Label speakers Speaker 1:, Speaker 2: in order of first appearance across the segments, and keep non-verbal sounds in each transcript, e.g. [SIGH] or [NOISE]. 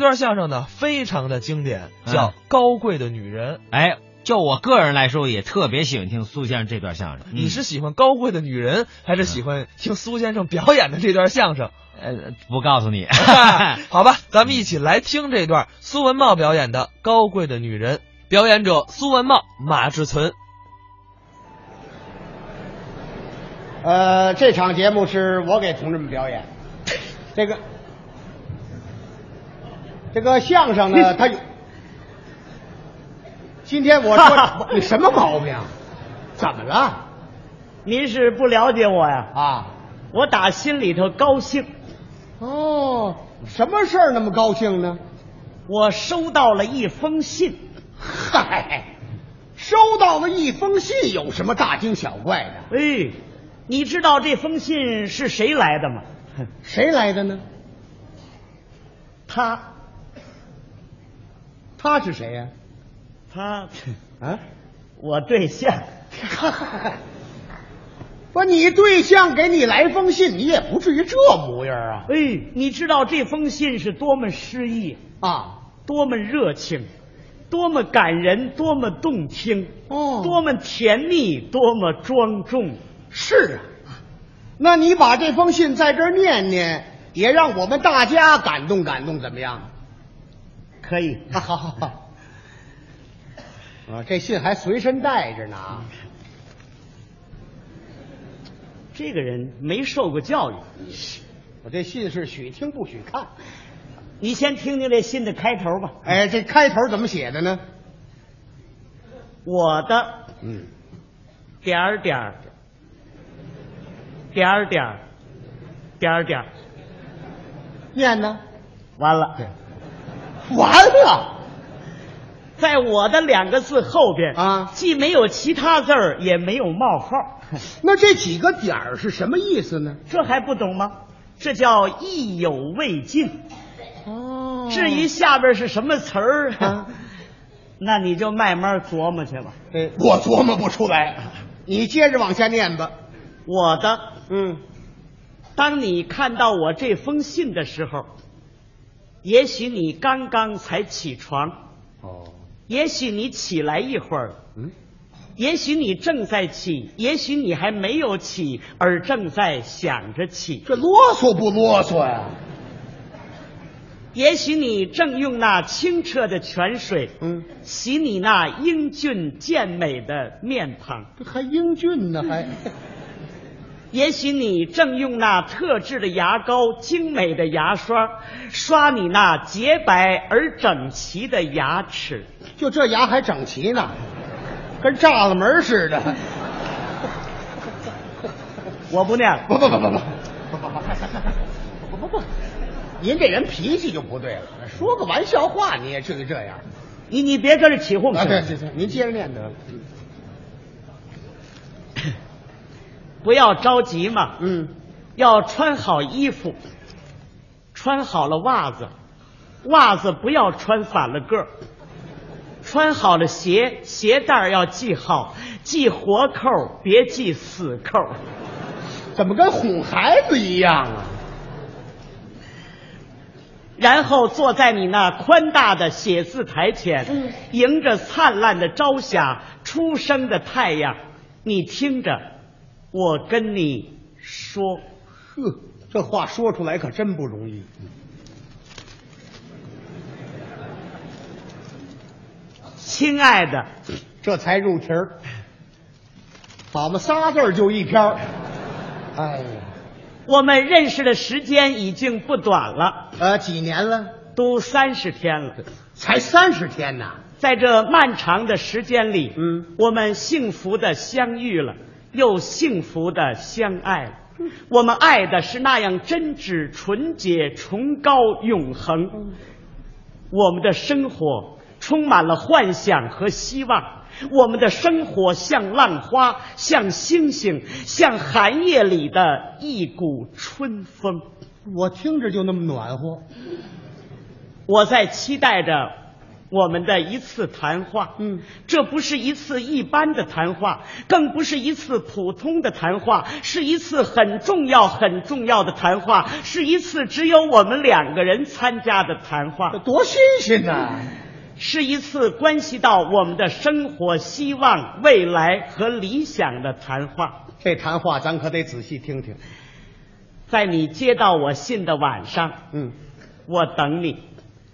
Speaker 1: 这段相声呢非常的经典，
Speaker 2: 嗯
Speaker 1: 叫《高贵的女人》。
Speaker 2: 哎，就我个人来说，也特别喜欢听苏先生这段相声。嗯
Speaker 1: 你是喜欢高贵的女人，还是喜欢听苏先生表演的这段相声？ [LAUGHS] 啊
Speaker 2: 呃，嗯不告
Speaker 3: [LAUGHS]
Speaker 2: 诉你，
Speaker 1: 好吧，咱们一起来听这段苏文茂表演的《高贵的女人》，表演者苏文茂、马志存。
Speaker 3: 呃，这场节目是我给同志们表演，这个这个相声 [LAUGHS] 呢，它有。今天我说 [LAUGHS] 你什么毛病？啊怎么了？
Speaker 4: 您是不了解我呀？
Speaker 3: 啊？
Speaker 4: 我打心里头高兴，
Speaker 3: 哦，什么事儿那么高兴呢？
Speaker 4: 我收到了一封信，
Speaker 3: 嗨， [LAUGHS] 收到了一封信，有什么大惊小怪的？
Speaker 4: 哎，你知道这封信是谁来的吗？
Speaker 3: 谁来的呢？
Speaker 4: 他，
Speaker 3: 他是谁呀、
Speaker 4: 他，
Speaker 3: 啊？
Speaker 4: [LAUGHS] 我对象，
Speaker 3: 嗨 [LAUGHS] 不，你对象给你来封信，你也不至于这模样啊！
Speaker 4: 哎，你知道这封信是多么诗意，
Speaker 3: 啊，
Speaker 4: 多么热情，多么感人，多么动听，
Speaker 3: 哦
Speaker 4: 多么甜蜜，多么庄重。
Speaker 3: 是啊，那你把这封信在这儿念念，也让我们大家感动感动，怎么样？ [LAUGHS]
Speaker 4: 可以，
Speaker 3: 啊，好好好。啊，这信还随身带着呢啊！
Speaker 4: 这个人没受过教育，
Speaker 3: 我这信是许听不许看。
Speaker 4: 你先听听这信的开头吧。
Speaker 3: 哎，这开头怎么写的呢？
Speaker 4: 我的
Speaker 3: 嗯，
Speaker 4: 点儿点儿，点儿点儿，点儿点儿，
Speaker 3: 念呢？
Speaker 4: 完了，
Speaker 3: 完了，
Speaker 4: 在我的两个字后边
Speaker 3: 啊
Speaker 4: 既没有其他字儿，也没有冒号，
Speaker 3: [LAUGHS] 那这几个点儿是什么意思呢？
Speaker 4: 这还不懂吗？这叫意有未尽。
Speaker 3: 哦
Speaker 4: 至于下边是什么词儿，
Speaker 3: 啊
Speaker 4: [LAUGHS] 那你就慢慢琢磨去吧。
Speaker 3: 哎，我琢磨不出来。你接着往下念吧。
Speaker 4: 我的，
Speaker 3: 嗯，
Speaker 4: 当你看到我这封信的时候，也许你刚刚才起床。
Speaker 3: 哦，
Speaker 4: 也许你起来一会儿，
Speaker 3: 嗯，
Speaker 4: 也许你正在起，也许你还没有起，而正在想着起。
Speaker 3: 这啰嗦不啰嗦呀、
Speaker 4: 也许你正用那清澈的泉水，
Speaker 3: 嗯，
Speaker 4: 洗你那英俊健美的面庞。
Speaker 3: 这还英俊呢， [LAUGHS] 还
Speaker 4: 也许你正用那特制的牙膏、精美的牙刷，刷你那洁白而整齐的牙齿。
Speaker 3: 就这牙还整齐呢，跟栅栏门似的。
Speaker 4: 我不念了，
Speaker 3: 不不不不不不不不不不不，您这人脾气就不对了。说个玩笑话你也至于这样？
Speaker 4: 你你别跟着起哄去。
Speaker 3: 啊，对对对，您接着念得了。
Speaker 4: 不要着急嘛，
Speaker 3: 嗯，
Speaker 4: 要穿好衣服，穿好了袜子，袜子不要穿反了个儿，穿好了鞋，鞋带儿要系好，系活扣儿，别系死扣儿。
Speaker 3: 怎么跟哄孩子一样啊？
Speaker 4: 然后坐在你那宽大的写字台前，迎着灿烂的朝霞、初升的太阳，你听着，我跟你说。
Speaker 3: 呵，这话说出来可真不容易。
Speaker 4: 亲爱的，
Speaker 3: 这才入题儿。好嘛，仨字儿就一篇儿。哎呀，
Speaker 4: 我们认识的时间已经不短了。
Speaker 3: 呃，几年了？
Speaker 4: 都三十天了，
Speaker 3: 才三十天呐！
Speaker 4: 在这漫长的时间里，
Speaker 3: 嗯，
Speaker 4: 我们幸福的相遇了，又幸福的相爱了。我们爱的是那样真挚、纯洁、崇高、永恒。我们的生活充满了幻想和希望。我们的生活像浪花，像星星，像寒夜里的一股春风。
Speaker 3: 我听着就那么暖和。
Speaker 4: 我在期待着我们的一次谈话，
Speaker 3: 嗯，
Speaker 4: 这不是一次一般的谈话，更不是一次普通的谈话，是一次很重要、很重要的谈话，是一次只有我们两个人参加的谈话
Speaker 3: 这。多新鲜呐！
Speaker 4: 是一次关系到我们的生活、希望、未来和理想的谈话。
Speaker 3: 这谈话咱可得仔细听听。
Speaker 4: 在你接到我信的晚上，
Speaker 3: 嗯，
Speaker 4: 我等你，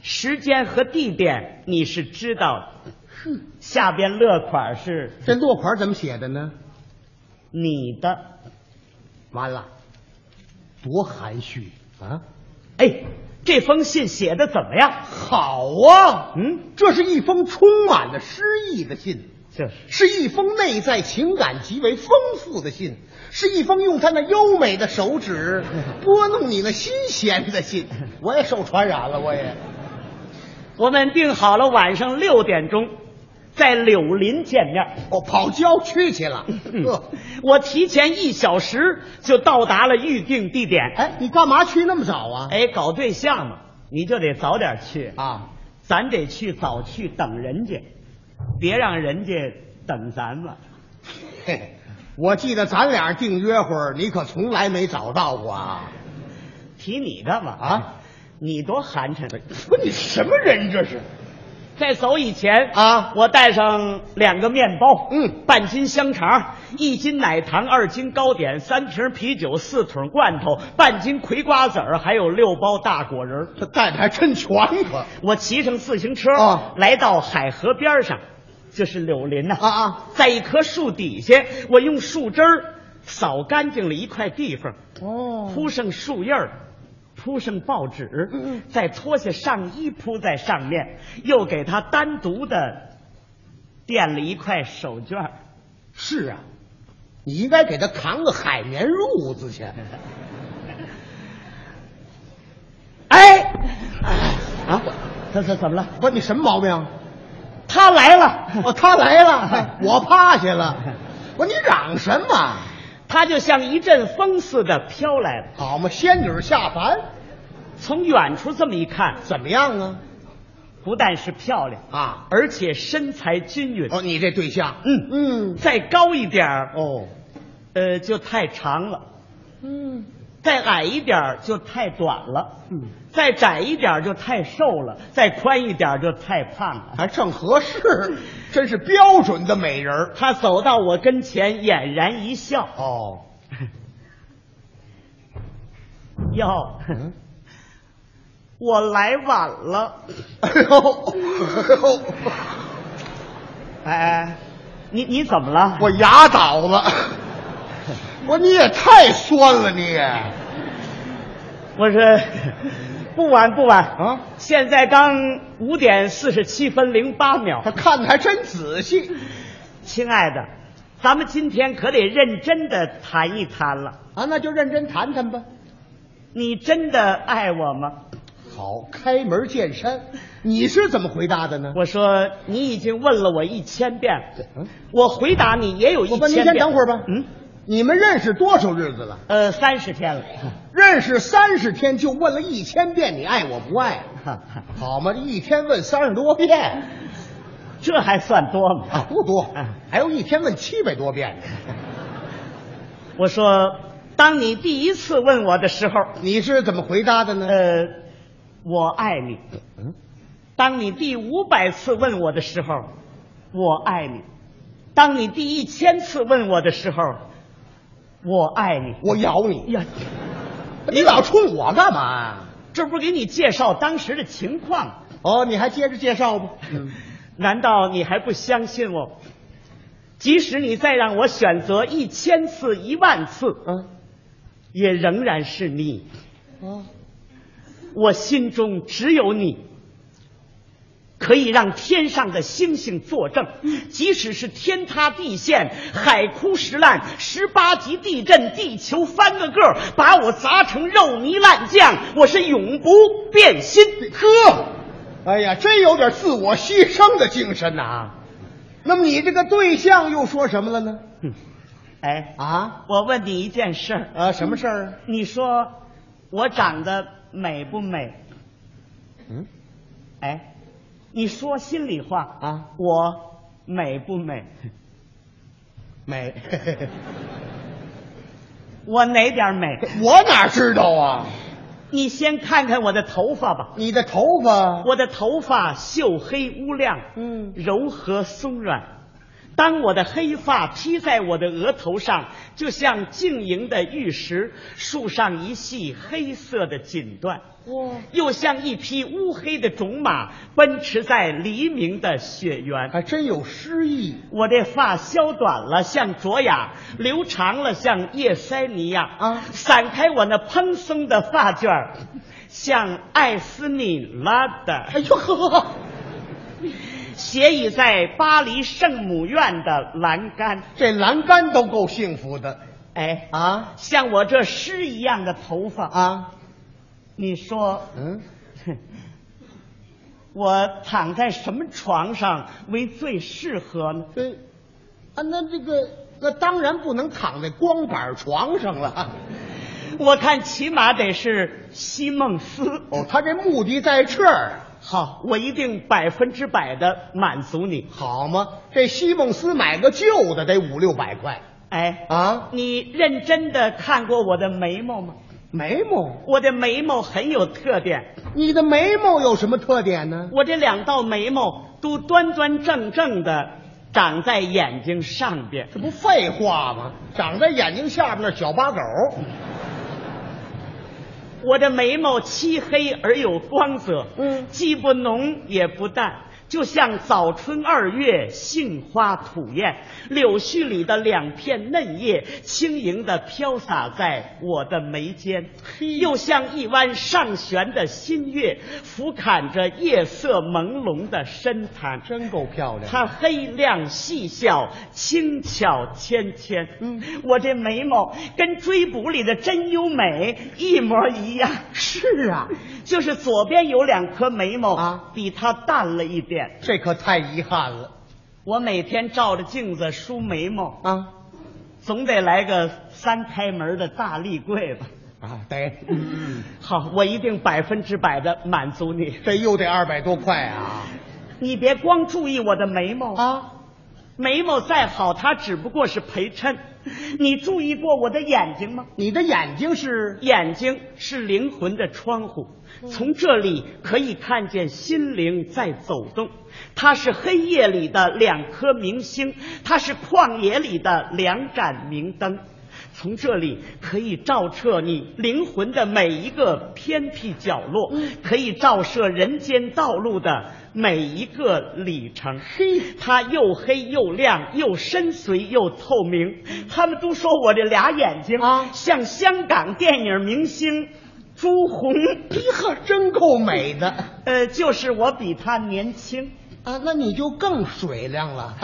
Speaker 4: 时间和地点你是知道的。下边乐款是
Speaker 3: 这落款怎么写的呢？
Speaker 4: 你的，
Speaker 3: 完了，多含蓄啊！
Speaker 4: 哎，这封信写的怎么样？
Speaker 3: 好啊，
Speaker 4: 嗯，
Speaker 3: 这是一封充满了诗意的信。
Speaker 4: 就是
Speaker 3: 是一封内在情感极为丰富的信，是一封用他那优美的手指拨弄你那心弦的信。我也受传染了，我也
Speaker 4: 我们定好了晚上六点钟，在柳林见面。
Speaker 3: 我跑郊区去了。
Speaker 4: 嗯
Speaker 3: 呵，
Speaker 4: [LAUGHS] 我提前一小时就到达了预定地点。
Speaker 3: 哎，你干嘛去那么早啊？
Speaker 4: 哎，搞对象嘛，你就得早点去，
Speaker 3: 啊，
Speaker 4: 咱得去早去等人家，别让人家等咱了。
Speaker 3: 嘿，我记得咱俩订约会儿，你可从来没找到我啊！
Speaker 4: 提你干嘛
Speaker 3: 啊？
Speaker 4: 你多寒碜！
Speaker 3: 不是你什么人这是？
Speaker 4: 在走以前
Speaker 3: 啊
Speaker 4: 我带上两个面包，
Speaker 3: 嗯，
Speaker 4: 半斤香肠，一斤奶糖，二斤糕点，三瓶啤酒，四桶罐头，半斤葵瓜子儿，还有六包大果仁儿。
Speaker 3: 这带的还真全可
Speaker 4: 我骑上自行车，
Speaker 3: 啊
Speaker 4: 来到海河边上，这是柳林呐、
Speaker 3: 啊啊！
Speaker 4: 在一棵树底下，我用树枝儿扫干净了一块地方，
Speaker 3: 哦
Speaker 4: 铺上树叶儿，铺上报纸，再脱下上衣铺在上面，又给它单独的垫了一块手绢儿。
Speaker 3: 是啊，你应该给他扛个海绵褥子去。
Speaker 4: 哎，啊，他他怎么了？
Speaker 3: 不是，你什么毛病？
Speaker 4: 他来了，
Speaker 3: 哦，他来了，我趴下了。我说你嚷什么？
Speaker 4: 他就像一阵风似的飘来了。
Speaker 3: 好嘛，仙女下凡，
Speaker 4: 从远处这么一看，
Speaker 3: 怎么样啊？
Speaker 4: 不但是漂亮，
Speaker 3: 啊，
Speaker 4: 而且身材均匀。
Speaker 3: 哦，你这对象，
Speaker 4: 嗯
Speaker 3: 嗯，
Speaker 4: 再高一点儿，
Speaker 3: 哦，
Speaker 4: 呃，就太长了；
Speaker 3: 嗯
Speaker 4: 再矮一点儿就太短了；
Speaker 3: 嗯，
Speaker 4: 再窄一点儿就太瘦了；再宽一点儿就太胖了。
Speaker 3: 还正合适，真是标准的美人儿。
Speaker 4: 他走到我跟前，俨然一笑
Speaker 3: 哦，：“
Speaker 4: [LAUGHS] 哟，
Speaker 3: 嗯，
Speaker 4: 我来晚了。
Speaker 3: 哎呦，哎呦，
Speaker 4: 哎哎，你你怎么了？
Speaker 3: 我牙倒了。我说你也太酸了，你也
Speaker 4: 我是不晚不晚
Speaker 3: 啊，
Speaker 4: 现在刚五点四十七分零八秒。
Speaker 3: 他看的还真仔细
Speaker 4: 亲爱的，咱们今天可得认真的谈一谈了。
Speaker 3: 啊，那就认真谈谈吧。
Speaker 4: 你真的爱我吗？
Speaker 3: 好，开门见山，你是怎么回答的呢？
Speaker 4: 我说你已经问了我一千遍了，
Speaker 3: 嗯，
Speaker 4: 我回答你也有一
Speaker 3: 我问您
Speaker 4: 千遍。
Speaker 3: 先等会儿吧。
Speaker 4: 嗯，，
Speaker 3: 你们认识多少日子了？
Speaker 4: 呃，三十天了。
Speaker 3: 认识三十天就问了一千遍，你爱我不
Speaker 4: [LAUGHS]
Speaker 3: 爱？好嘛，一天问三十多遍
Speaker 4: 这还算多吗？
Speaker 3: 啊，不多
Speaker 4: 啊，
Speaker 3: 还有一天问七百多
Speaker 4: [LAUGHS]
Speaker 3: 遍呢。
Speaker 4: 我说，当你第一次问我的时候，
Speaker 3: 你是怎么回答的呢？
Speaker 4: 呃，我爱你；
Speaker 3: 嗯，
Speaker 4: 当你第五百次问我的时候，我爱你；当你第一千次问我的时候，我爱你。
Speaker 3: 我咬你，
Speaker 4: 呀，
Speaker 3: 你老冲我干嘛呀？
Speaker 4: 这不是给你介绍当时的情况吗？
Speaker 3: 哦，你还接着介绍吧。
Speaker 4: 嗯难道你还不相信我？即使你再让我选择一千次、一万次，
Speaker 3: 嗯，
Speaker 4: 也仍然是你。嗯
Speaker 3: 哦，
Speaker 4: 我心中只有你，可以让天上的星星作证，即使是天塌地陷、海枯石烂、十八级地震、地球翻个个儿，把我砸成肉泥烂酱，我是永不变心。
Speaker 3: 呵，哎呀，真有点自我牺牲的精神呐、那么你这个对象又说什么了呢？
Speaker 4: 嗯哎，
Speaker 3: 啊，
Speaker 4: 我问你一件事儿，
Speaker 3: 呃，什么事儿啊？
Speaker 4: 你说我长得美不美？
Speaker 3: 嗯，
Speaker 4: 哎，你说心里话
Speaker 3: 啊，
Speaker 4: 我美不美？
Speaker 3: 美，
Speaker 4: 我哪点美？
Speaker 3: [LAUGHS] 我哪知道啊？
Speaker 4: 你先看看我的头发吧，
Speaker 3: 你的头发，
Speaker 4: 我的头发秀黑乌亮，
Speaker 3: 嗯，
Speaker 4: 柔和松软。当我的黑发披在我的额头上，就像晶莹的玉石，束上一系黑色的锦缎，
Speaker 3: 哇，
Speaker 4: 又像一匹乌黑的种马奔驰在黎明的雪原。
Speaker 3: 还真有诗意
Speaker 4: 我这发削短了，像卓雅；留长了，像叶塞尼亚。
Speaker 3: 啊
Speaker 4: 散开我那蓬松的发卷儿，像艾斯米拉的。
Speaker 3: 哎呦 [LAUGHS] 呵，
Speaker 4: 斜倚在巴黎圣母院的栏杆，
Speaker 3: 这栏杆都够幸福的
Speaker 4: 哎，
Speaker 3: 啊
Speaker 4: 像我这诗一样的头发啊，
Speaker 3: 啊，
Speaker 4: 你说
Speaker 3: 嗯，
Speaker 4: 我躺在什么床上为最适合呢？
Speaker 3: 对，啊，那这个那当然不能躺在光板床上了。啊
Speaker 4: 我看起码得是西梦思。
Speaker 3: 哦，他这目的在这儿，啊
Speaker 4: 好，我一定百分之百的满足你。
Speaker 3: 好嘛？这西蒙斯买个旧的得五六百块
Speaker 4: 哎，
Speaker 3: 啊，
Speaker 4: 你认真的看过我的眉毛吗？
Speaker 3: 眉毛，
Speaker 4: 我的眉毛很有特点，
Speaker 3: 你的眉毛有什么特点呢？
Speaker 4: 我这两道眉毛都端端正正的长在眼睛上边。
Speaker 3: 这不废话吗？长在眼睛下边那小八狗，
Speaker 4: 我的眉毛漆黑而有光泽，
Speaker 3: 嗯
Speaker 4: 既不浓也不淡，就像早春二月杏花吐艳，柳絮里的两片嫩叶轻盈地飘洒在我的眉间，又像一弯上悬的新月，俯瞰着夜色朦胧的深潭。
Speaker 3: 真够漂亮。
Speaker 4: 它黑亮细小，轻巧纤纤。
Speaker 3: 嗯，
Speaker 4: 我这眉毛跟追捕里的真优美一模一样。是啊，就是左边有两颗眉毛
Speaker 3: 啊，
Speaker 4: 比它淡了一点。
Speaker 3: 这可太遗憾了
Speaker 4: 我每天照着镜子梳眉毛，
Speaker 3: 啊
Speaker 4: 总得来个三开门的大立柜吧。
Speaker 3: 啊！得，
Speaker 4: 好，我一定百分之百的满足你。
Speaker 3: 这又得二百多块啊
Speaker 4: 你别光注意我的眉毛
Speaker 3: 啊！
Speaker 4: 眉毛再好，它只不过是陪衬。你注意过我的眼睛吗？
Speaker 3: 你的眼睛是
Speaker 4: 眼睛是灵魂的窗户，从这里可以看见心灵在走动。它是黑夜里的两颗明星，它是旷野里的两盏明灯。从这里可以照彻你灵魂的每一个偏僻角落，可以照射人间道路的每一个里程。它又黑又亮，又深邃又透明。他们都说我这俩眼睛
Speaker 3: 啊
Speaker 4: 像香港电影明星朱红，
Speaker 3: 呵，哎真够美的 [LAUGHS]
Speaker 4: 呃，就是我比他年轻。 [LAUGHS]
Speaker 3: 啊！那你就更水亮了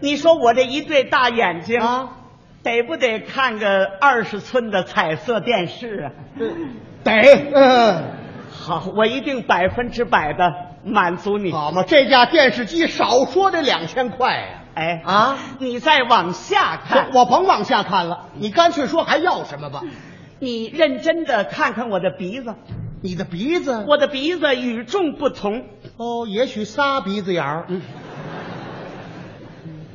Speaker 4: 你说我这一对大眼睛，
Speaker 3: 啊！
Speaker 4: 得不得看个二十寸的彩色电视啊？
Speaker 3: 得，嗯，
Speaker 4: 好，我一定百分之百的满足你。
Speaker 3: 好嘛，这架电视机少说得两千块呀、
Speaker 4: 哎
Speaker 3: 啊
Speaker 4: 你再往下看，
Speaker 3: 我我甭往下看了，你干脆说还要什么吧。
Speaker 4: 你认真的看看我的鼻子，
Speaker 3: 你的鼻子，
Speaker 4: 我的鼻子与众不同。
Speaker 3: 哦，也许仨鼻子眼儿，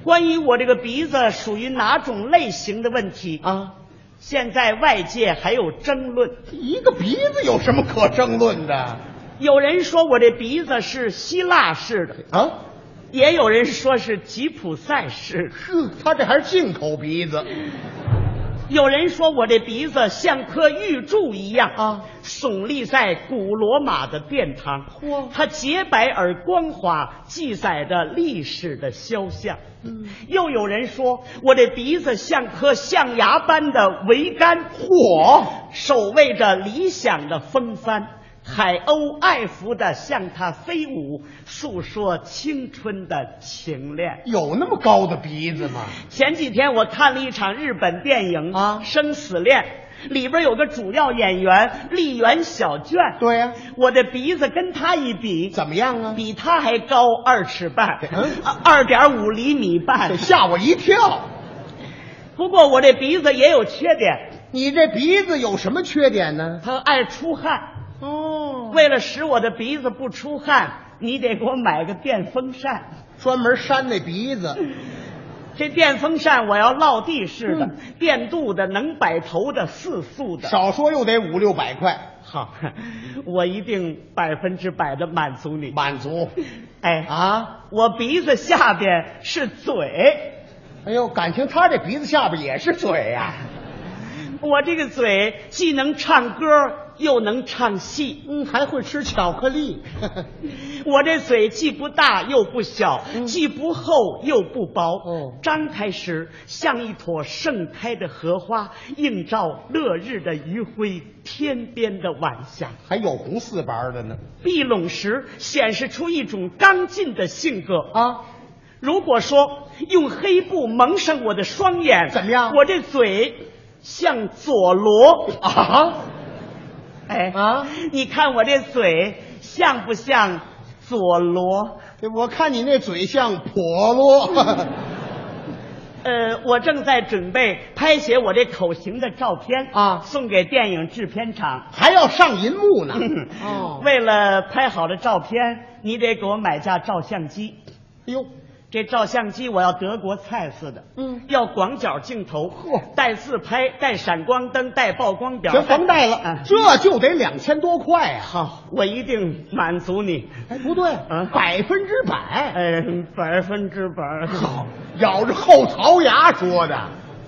Speaker 4: 关于我这个鼻子属于哪种类型的问题，
Speaker 3: 啊，
Speaker 4: 现在外界还有争论。
Speaker 3: 一个鼻子有什么可争论的啊？
Speaker 4: 有人说我这鼻子是希腊式的，
Speaker 3: 啊
Speaker 4: 也有人说是吉普赛式的，
Speaker 3: 哼，他这还是进口鼻子，
Speaker 4: 有人说我这鼻子像颗玉柱一样
Speaker 3: 啊，
Speaker 4: 耸立在古罗马的殿堂。
Speaker 3: 嚯
Speaker 4: 它洁白而光滑，记载着历史的肖像。嗯，又有人说我这鼻子像颗象牙般的桅杆，
Speaker 3: 嚯，
Speaker 4: 守卫着理想的风帆，海鸥爱抚地向它飞舞，诉说青春的情恋。
Speaker 3: 有那么高的鼻子吗？
Speaker 4: 前几天我看了一场日本电影
Speaker 3: 啊
Speaker 4: 《生死恋》，里边有个主要演员丽媛小娟，
Speaker 3: 对呀、
Speaker 4: 我的鼻子跟她一比，
Speaker 3: 怎么样啊？
Speaker 4: 比她还高二尺半啊
Speaker 3: 嗯，
Speaker 4: 二点五厘米半
Speaker 3: 得。吓我一跳！
Speaker 4: 不过我这鼻子也有缺点，
Speaker 3: 你这鼻子有什么缺点呢？
Speaker 4: 它爱出汗。
Speaker 3: 哦，
Speaker 4: 为了使我的鼻子不出汗，你得给我买个电风扇。
Speaker 3: 专门扇那鼻子，
Speaker 4: 这电风扇我要落地式的，
Speaker 3: 嗯
Speaker 4: 电镀的，能摆头的，四速的。
Speaker 3: 少说又得五六百块，
Speaker 4: 好， [LAUGHS] 我一定百分之百的满足你。
Speaker 3: 满
Speaker 4: [LAUGHS]
Speaker 3: 足
Speaker 4: 哎，
Speaker 3: 啊！
Speaker 4: 我鼻子下边是嘴，
Speaker 3: 哎呦，感情他这鼻子下边也是嘴呀、
Speaker 4: [LAUGHS] 我这个嘴既能唱歌又能唱戏。
Speaker 3: 嗯，还会吃巧克力， [LAUGHS]
Speaker 4: 我这嘴既不大又不小，既不厚又不薄，
Speaker 3: 嗯哦
Speaker 4: 张开时像一朵盛开的荷花，映照落日的余晖，天边的晚霞。
Speaker 3: 还有红四白的呢
Speaker 4: 闭拢时显示出一种刚劲的性格。 [LAUGHS]
Speaker 3: 啊！
Speaker 4: 如果说用黑布蒙上我的双眼，
Speaker 3: 怎么样
Speaker 4: 我这嘴像佐罗
Speaker 3: 啊！
Speaker 4: 哎
Speaker 3: 啊！
Speaker 4: 你看我这嘴像不像佐罗？
Speaker 3: 这我看你那嘴像婆罗， [LAUGHS]
Speaker 4: 呃，我正在准备拍写我这口型的照片
Speaker 3: 啊
Speaker 4: 送给电影制片厂。
Speaker 3: 还要上银幕
Speaker 4: [LAUGHS]
Speaker 3: 呢。哦，
Speaker 4: 为了拍好的照片，你得给我买架照相机。
Speaker 3: 哎呦，
Speaker 4: 这照相机我要德国蔡司的，
Speaker 3: 嗯，
Speaker 4: 要广角镜头，
Speaker 3: 嚯
Speaker 4: 带自拍，带闪光灯，带曝光表，
Speaker 3: 全甭带
Speaker 4: 啊
Speaker 3: 了，这就得两千多块呀、
Speaker 4: 好，我一定满足你，
Speaker 3: 哎，不对，
Speaker 4: 啊
Speaker 3: 百分之百，
Speaker 4: 呃，百分之百好。
Speaker 3: 咬着后槽牙说的，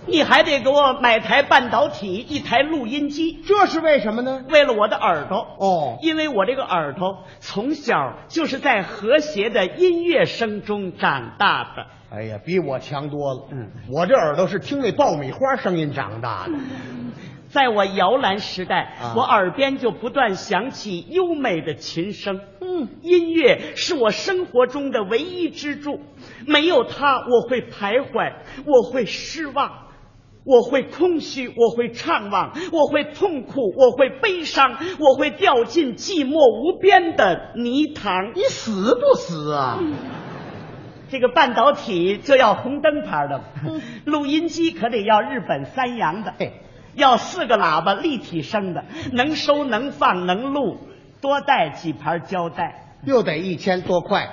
Speaker 4: 你还得给我买台半导体，一台录音机，
Speaker 3: 这是为什么呢？
Speaker 4: 为了我的耳朵。
Speaker 3: 哦，
Speaker 4: 因为我这个耳朵从小就是在和谐的音乐声中长大的。
Speaker 3: 哎呀，比我强多了。嗯，我这耳朵是听那爆米花声音长大的。
Speaker 4: 在我摇篮时代，
Speaker 3: 啊
Speaker 4: 我耳边就不断响起优美的琴声。
Speaker 3: 嗯，
Speaker 4: 音乐是我生活中的唯一支柱，没有它，我会徘徊，我会失望，我会空虚，我会怅惘，我会痛苦，我会悲伤，我会掉进寂寞无边的泥塘。
Speaker 3: 你死不死啊？
Speaker 4: 这个半导体就要红灯牌的，录音机可得要日本三洋的
Speaker 3: 嘿，
Speaker 4: 要四个喇叭立体声的，能收能放能录，多带几盘胶带。 [LAUGHS]
Speaker 3: 又得一千多块，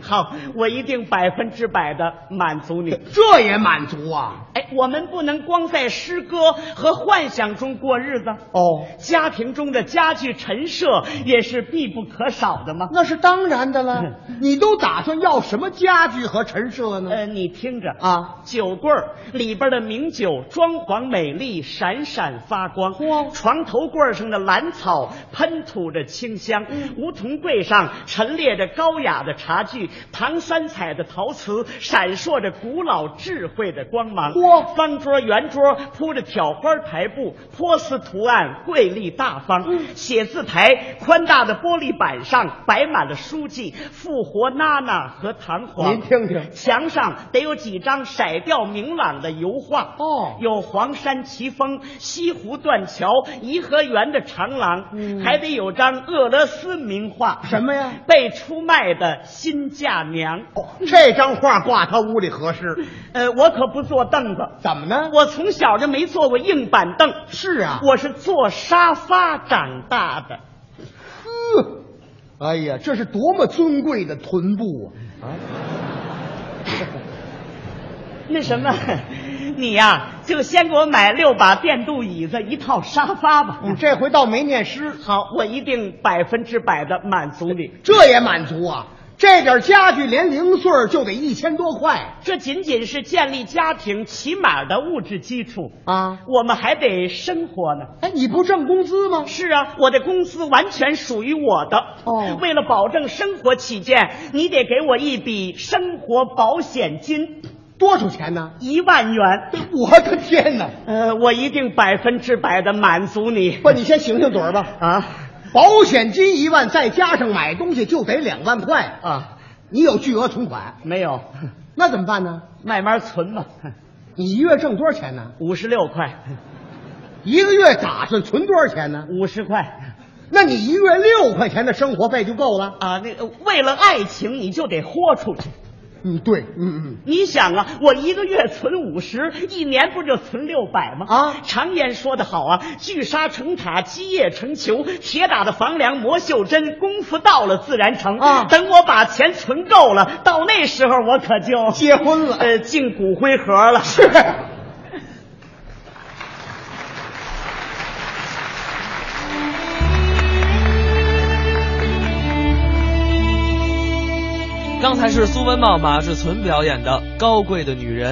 Speaker 4: 好，我一定百分之百的满足你。
Speaker 3: 这也满足啊？
Speaker 4: 哎，我们不能光在诗歌和幻想中过日子，
Speaker 3: 哦，
Speaker 4: 家庭中的家具陈设也是必不可少的嘛。
Speaker 3: 那是当然的了。你都打算要什么家具和陈设呢？
Speaker 4: 呃，你听着
Speaker 3: 啊，
Speaker 4: 酒柜儿里边的名酒装潢美丽，闪闪发光；
Speaker 3: 嚯
Speaker 4: 床头柜上的兰草喷吐着清香；
Speaker 3: 嗯
Speaker 4: 梧桐柜上陈列着高雅的茶具，唐三彩的陶瓷闪烁着古老智慧的光芒。
Speaker 3: 嚯
Speaker 4: 方桌、圆桌铺着挑花台布，波斯图案，瑰丽大方。
Speaker 3: 嗯
Speaker 4: 写字台宽大的玻璃板上摆满了书籍，复活娜娜和弹簧。
Speaker 3: 您听听，
Speaker 4: 墙上得有几张色调明朗的油画
Speaker 3: 哦
Speaker 4: 有黄山奇峰、西湖断桥、颐和园的长廊，还得有张俄罗斯名画，
Speaker 3: 嗯什么呀？
Speaker 4: 被出卖的新嫁娘。
Speaker 3: 哦，这张画挂他屋里合适。
Speaker 4: 呃，我可不坐凳子，
Speaker 3: 怎么呢？
Speaker 4: 我从小就没坐过硬板凳，
Speaker 3: 是啊，
Speaker 4: 我是坐沙发长大的。
Speaker 3: 呵，哎呀，这是多么尊贵的臀部啊！
Speaker 4: 那什么， [LAUGHS] 你呀、就先给我买六把电镀椅子，一套沙发吧。
Speaker 3: 你这回倒没念诗，
Speaker 4: 嗯好，我一定百分之百的满足你。
Speaker 3: 这也满足啊！这点家具连零碎儿就得一千多块
Speaker 4: 这仅仅是建立家庭起码的物质基础，
Speaker 3: 啊！
Speaker 4: 我们还得生活呢。
Speaker 3: 哎，你不挣工资吗？
Speaker 4: 是啊，我的工资完全属于我的。
Speaker 3: 哦
Speaker 4: 为了保证生活起见，你得给我一笔生活保险金，
Speaker 3: 多少钱呢？
Speaker 4: 一万元。
Speaker 3: 我的天哪！
Speaker 4: 呃，我一定百分之百的满足你
Speaker 3: 不，你先醒醒盹儿吧。
Speaker 4: 啊
Speaker 3: 保险金一万，再加上买东西就得两万块。
Speaker 4: 啊！
Speaker 3: 你有巨额存款，
Speaker 4: 没有，
Speaker 3: 那怎么办呢？
Speaker 4: 慢慢存吧，
Speaker 3: 你一月挣多少钱呢？
Speaker 4: 五十六块，
Speaker 3: 一个月打算存多少钱呢？
Speaker 4: 五十块
Speaker 3: 那你一月六块钱的生活费就够了。
Speaker 4: 啊！那个为了爱情，你就得豁出去。
Speaker 3: 嗯，对，嗯
Speaker 4: 你想啊，我一个月存五十，一年不就存六百吗？
Speaker 3: 啊
Speaker 4: 常言说得好啊，聚沙成塔，积液成球，铁打的房梁磨袖针，功夫到了自然成。
Speaker 3: 啊
Speaker 4: 等我把钱存够了，到那时候我可就
Speaker 3: 嗯，结婚了，
Speaker 4: 呃进骨灰盒了。
Speaker 3: 是，
Speaker 1: 刚才是苏文茂、马志存表演的《高贵的女人》。